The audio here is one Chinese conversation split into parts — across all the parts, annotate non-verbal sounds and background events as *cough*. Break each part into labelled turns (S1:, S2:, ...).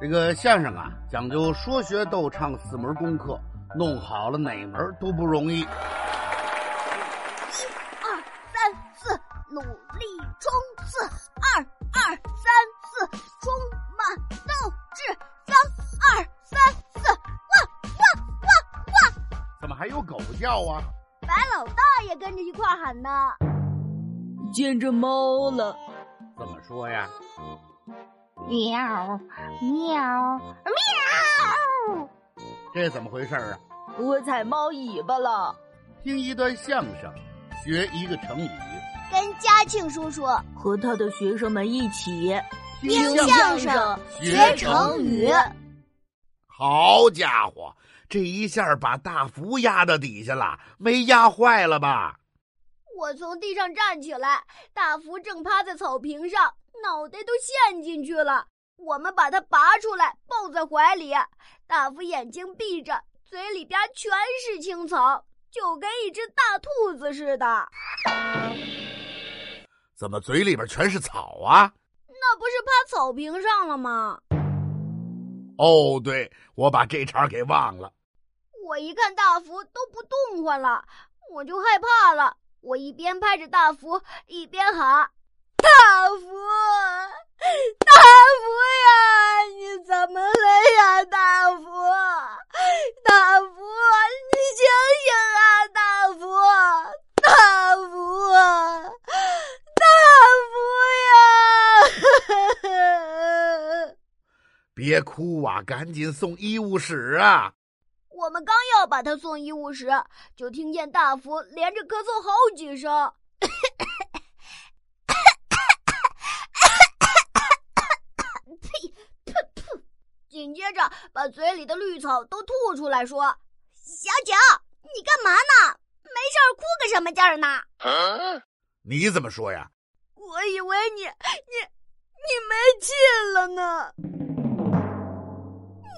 S1: 这个相声啊，讲究说学逗唱四门功课，弄好了哪门都不容易。
S2: 二三四，努力冲刺；二二三四，充满斗志；三二三四，汪汪汪汪！
S1: 怎么还有狗叫啊？
S2: 白老大也跟着一块儿喊呢。
S3: 见着猫了，
S1: 怎么说呀？
S2: 喵喵喵！
S1: 这怎么回事儿啊？
S3: 我踩猫尾巴了。
S1: 听一段相声，学一个成语，
S2: 跟嘉庆叔叔
S3: 和他的学生们一起
S2: 听相声
S1: 学成语。好家伙，这一下把大福压到底下了，没压坏了吧？
S2: 我从地上站起来，大福正趴在草坪上，脑袋都陷进去了。我们把他拔出来，抱在怀里。大福眼睛闭着，嘴里边全是青草，就跟一只大兔子似的。
S1: 怎么嘴里边全是草啊？
S2: 那不是趴草坪上了吗？
S1: 哦，对，我把这茬给忘了。
S2: 我一看大福都不动弹了，我就害怕了。我一边拍着大福，一边喊：“大福，大福呀，你怎么了呀，大福？大福，你醒醒啊，大福，大福，大福呀！” *laughs*
S1: 别哭啊，赶紧送医务室啊！
S2: 我们刚要把他送医务室，就听见大福连着咳嗽好几声。呸呸呸！紧接着把嘴里的绿草都吐出来，说：“小九，你干嘛呢？没事儿哭个什么劲儿呢？
S1: 你怎么说呀？
S2: 我以为你你你没气了呢，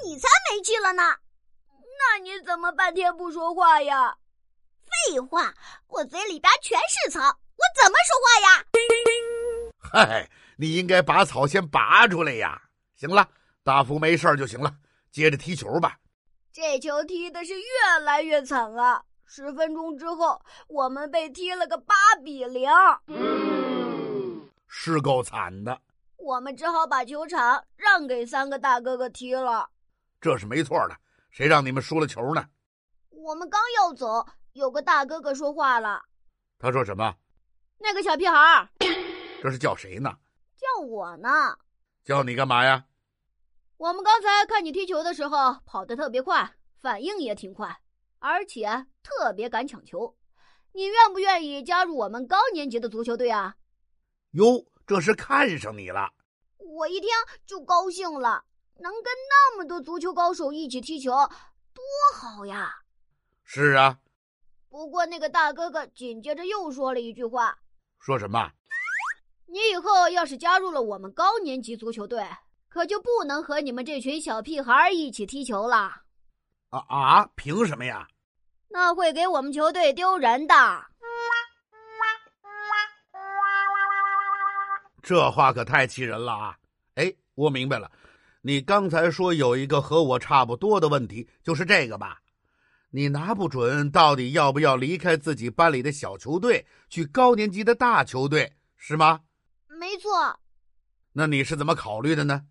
S2: 你才没气了呢。”那你怎么半天不说话呀？废话，我嘴里边全是草，我怎么说话呀？
S1: *laughs* 嗨，你应该把草先拔出来呀。行了，大福没事儿就行了，接着踢球吧。
S2: 这球踢的是越来越惨啊！十分钟之后，我们被踢了个八比零，
S1: 是够惨的，
S2: 我们只好把球场让给三个大哥哥踢了。
S1: 这是没错的。谁让你们输了球呢？
S2: 我们刚要走，有个大哥哥说话了
S1: 他说什么？：“
S2: 那个小屁孩儿
S1: 这是叫谁呢？
S2: 叫我呢。
S1: 叫你干嘛呀？
S2: 我们刚才看你踢球的时候，跑得特别快，反应也挺快，而且特别敢抢球。你愿不愿意加入我们高年级的足球队啊？
S1: 哟，这是看上你了。
S2: 我一听就高兴了，能跟那么多足球高手一起踢球，多好呀！
S1: 是啊，
S2: 不过那个大哥哥紧接着又说了一句话：“
S1: 说什么？
S2: 你以后要是加入了我们高年级足球队，可就不能和你们这群小屁孩儿一起踢球了，
S1: 啊啊！凭什么呀？
S2: 那会给我们球队丢人的。”
S1: 这话可太气人了啊！哎，我明白了，你刚才说有一个和我差不多的问题，就是这个吧？你拿不准到底要不要离开自己班里的小球队，去高年级的大球队，是吗？
S2: 没错，
S1: 那你是怎么考虑的呢？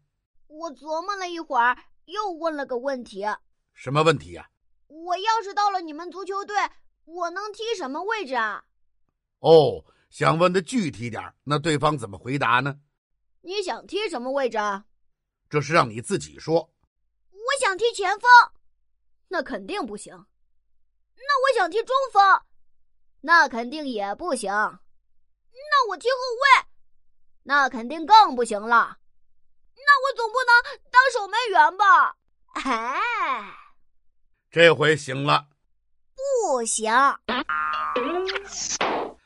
S2: 我琢磨了一会儿，又问了个问题：
S1: 什么问题啊呀、
S2: 我要是到了你们足球队，我能踢什么位置啊？
S1: 哦，想问的具体点儿，那对方怎么回答呢？
S2: 你想踢什么位置啊？
S1: 这是让你自己说。
S2: 我想踢前锋，那肯定不行。那我想踢中锋，那肯定也不行。那我踢后卫，那肯定更不行了。那我总不能当守门员吧？哎，
S1: 这回行了，
S2: 不行。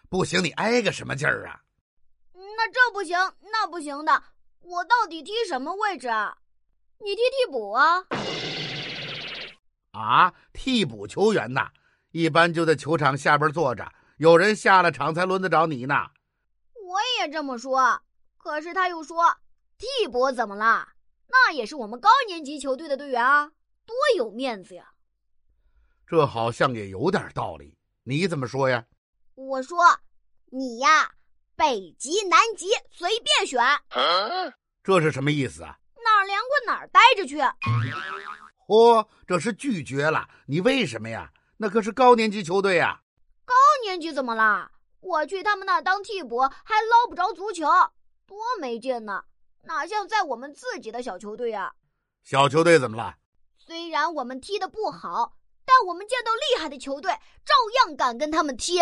S1: 不行，你挨个什么劲儿啊？
S2: 那这不行，那不行的，我到底踢什么位置啊？你踢替补啊？
S1: 啊，替补球员呐，一般就在球场下边坐着，有人下了场才轮得着你呢。
S2: 我也这么说，可是他又说替补怎么了？那也是我们高年级球队的队员啊，多有面子呀！
S1: 这好像也有点道理。你怎么说呀？
S2: 我说，你呀，北极、南极随便选，
S1: 这是什么意思啊？
S2: 哪儿凉快哪儿待着去。
S1: 哦，这是拒绝了。你为什么呀？那可是高年级球队啊呀、
S2: 高年级怎么啦？我去他们那儿当替补，还捞不着足球，多没劲呢！哪像在我们自己的小球队啊？
S1: 小球队怎么了？
S2: 虽然我们踢得不好，但我们见到厉害的球队，照样敢跟他们踢。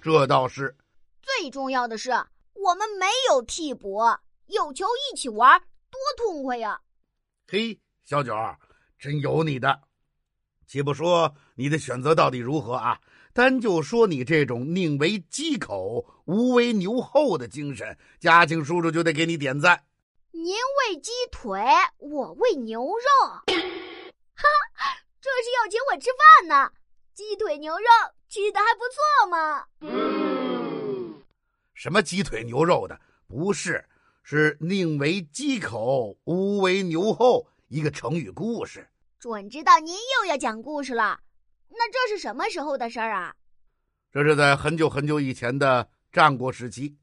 S1: 这倒是。
S2: 最重要的是，我们没有替补，有球一起玩，多痛快呀！
S1: 嘿，小九儿，真有你的。且不说你的选择到底如何啊，单就说你这种宁为鸡口，无为牛后的精神，嘉庆叔叔就得给你点赞。
S2: 您喂鸡腿，我喂牛肉，哈，这是要请我吃饭呢。鸡腿牛肉吃的还不错嘛。
S1: 什么鸡腿牛肉的，不是，是宁为鸡口，无为牛后，一个成语故事。
S2: 准知道您又要讲故事了，那这是什么时候的事儿啊？
S1: 这是在很久很久以前的战国时期，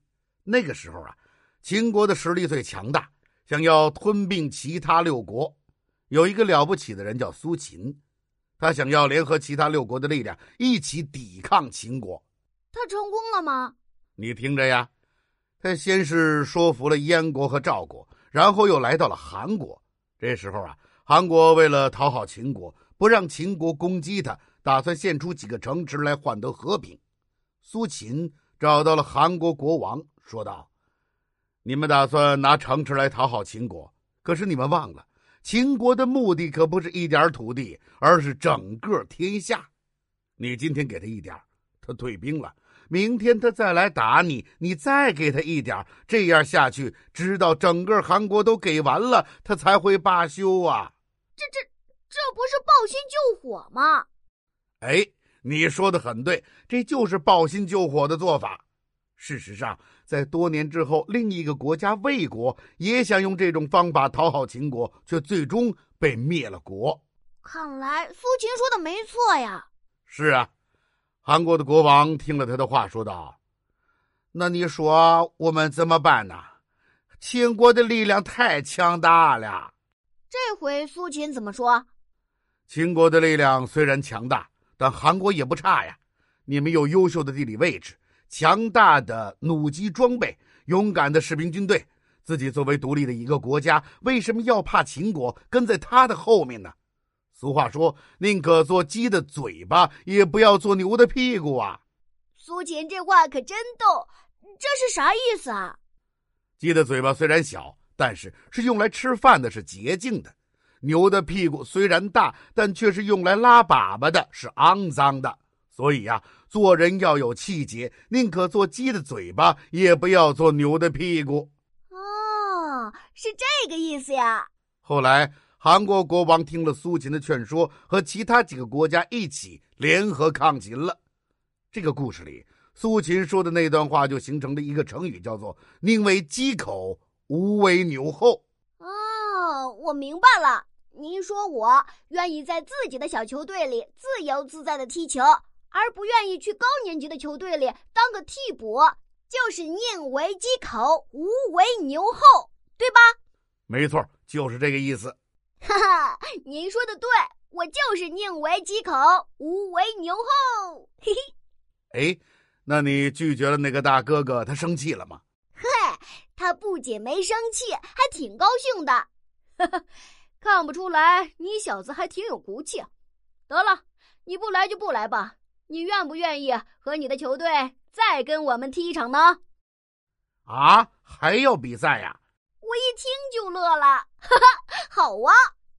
S1: 那个时候啊，秦国的实力最强大，想要吞并其他六国。有一个了不起的人叫苏秦，他想要联合其他六国的力量一起抵抗秦国。
S2: 他成功了吗？
S1: 你听着呀，他先是说服了燕国和赵国，然后又来到了韩国。这时候啊，韩国为了讨好秦国，不让秦国攻击他，打算献出几个城池来换得和平。苏秦找到了韩国国王，说道：“你们打算拿城池来讨好秦国，可是你们忘了，秦国的目的可不是一点儿土地，而是整个天下。你今天给他一点儿，他退兵了。”明天他再来打你，你再给他一点儿，这样下去，直到整个韩国都给完了，他才会罢休啊！
S2: 这不是抱薪救火吗？
S1: 哎，你说的很对，这就是抱薪救火的做法。事实上，在多年之后，另一个国家魏国也想用这种方法讨好秦国，却最终被灭了国。
S2: 看来苏秦说的没错呀。
S1: 是啊，韩国的国王听了他的话，说道：“那你说我们怎么办呢？秦国的力量太强大了。
S2: 这回苏秦怎么说？
S1: 秦国的力量虽然强大，但韩国也不差呀。你们有优秀的地理位置，强大的弩机装备，勇敢的士兵军队。自己作为独立的一个国家，为什么要怕秦国跟在他的后面呢？俗话说，宁可做鸡的嘴巴，也不要做牛的屁股啊。
S2: 苏秦这话可真逗，这是啥意思啊？
S1: 鸡的嘴巴虽然小，但是是用来吃饭的，是洁净的；牛的屁股虽然大，但却是用来拉粑粑的，是肮脏的。所以呀、做人要有气节，宁可做鸡的嘴巴，也不要做牛的屁股。
S2: 哦，是这个意思呀。
S1: 后来，韩国国王听了苏秦的劝说，和其他几个国家一起联合抗秦了。这个故事里，苏秦说的那段话就形成了一个成语，叫做“宁为鸡口，无为牛后”。
S2: 哦，我明白了。您说我愿意在自己的小球队里自由自在的踢球，而不愿意去高年级的球队里当个替补，就是宁为鸡口，无为牛后，对吧？
S1: 没错，就是这个意思。
S2: 哈哈，您说的对，我就是宁为鸡口，无为牛后。嘿嘿，
S1: 哎，那你拒绝了那个大哥哥，他生气了吗？
S2: 他不仅没生气，还挺高兴的。 *laughs* 哈哈，看不出来你小子还挺有骨气。得了，你不来就不来吧。你愿不愿意和你的球队再跟我们踢一场呢？
S1: 啊，还要比赛呀、
S2: 我一听就乐了， *laughs* 哈哈，好啊，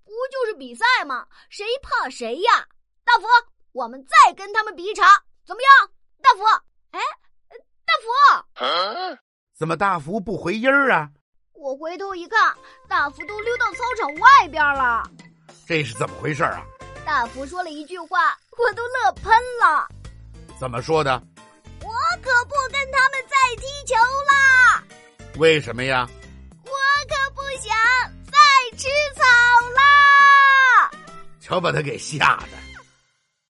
S2: 不就是比赛吗？谁怕谁呀？大福，我们再跟他们比一场，怎么样？大福，哎，大福，
S1: 怎么大福不回音儿啊？
S2: 我回头一看，大福都溜到操场外边了。
S1: 这是怎么回事儿啊？
S2: 大福说了一句话，我都乐喷了，
S1: 怎么说的？
S2: 我可不跟他们再踢球啦！
S1: 为什么呀？
S2: 我可不想再吃草啦！
S1: 瞧把他给吓的。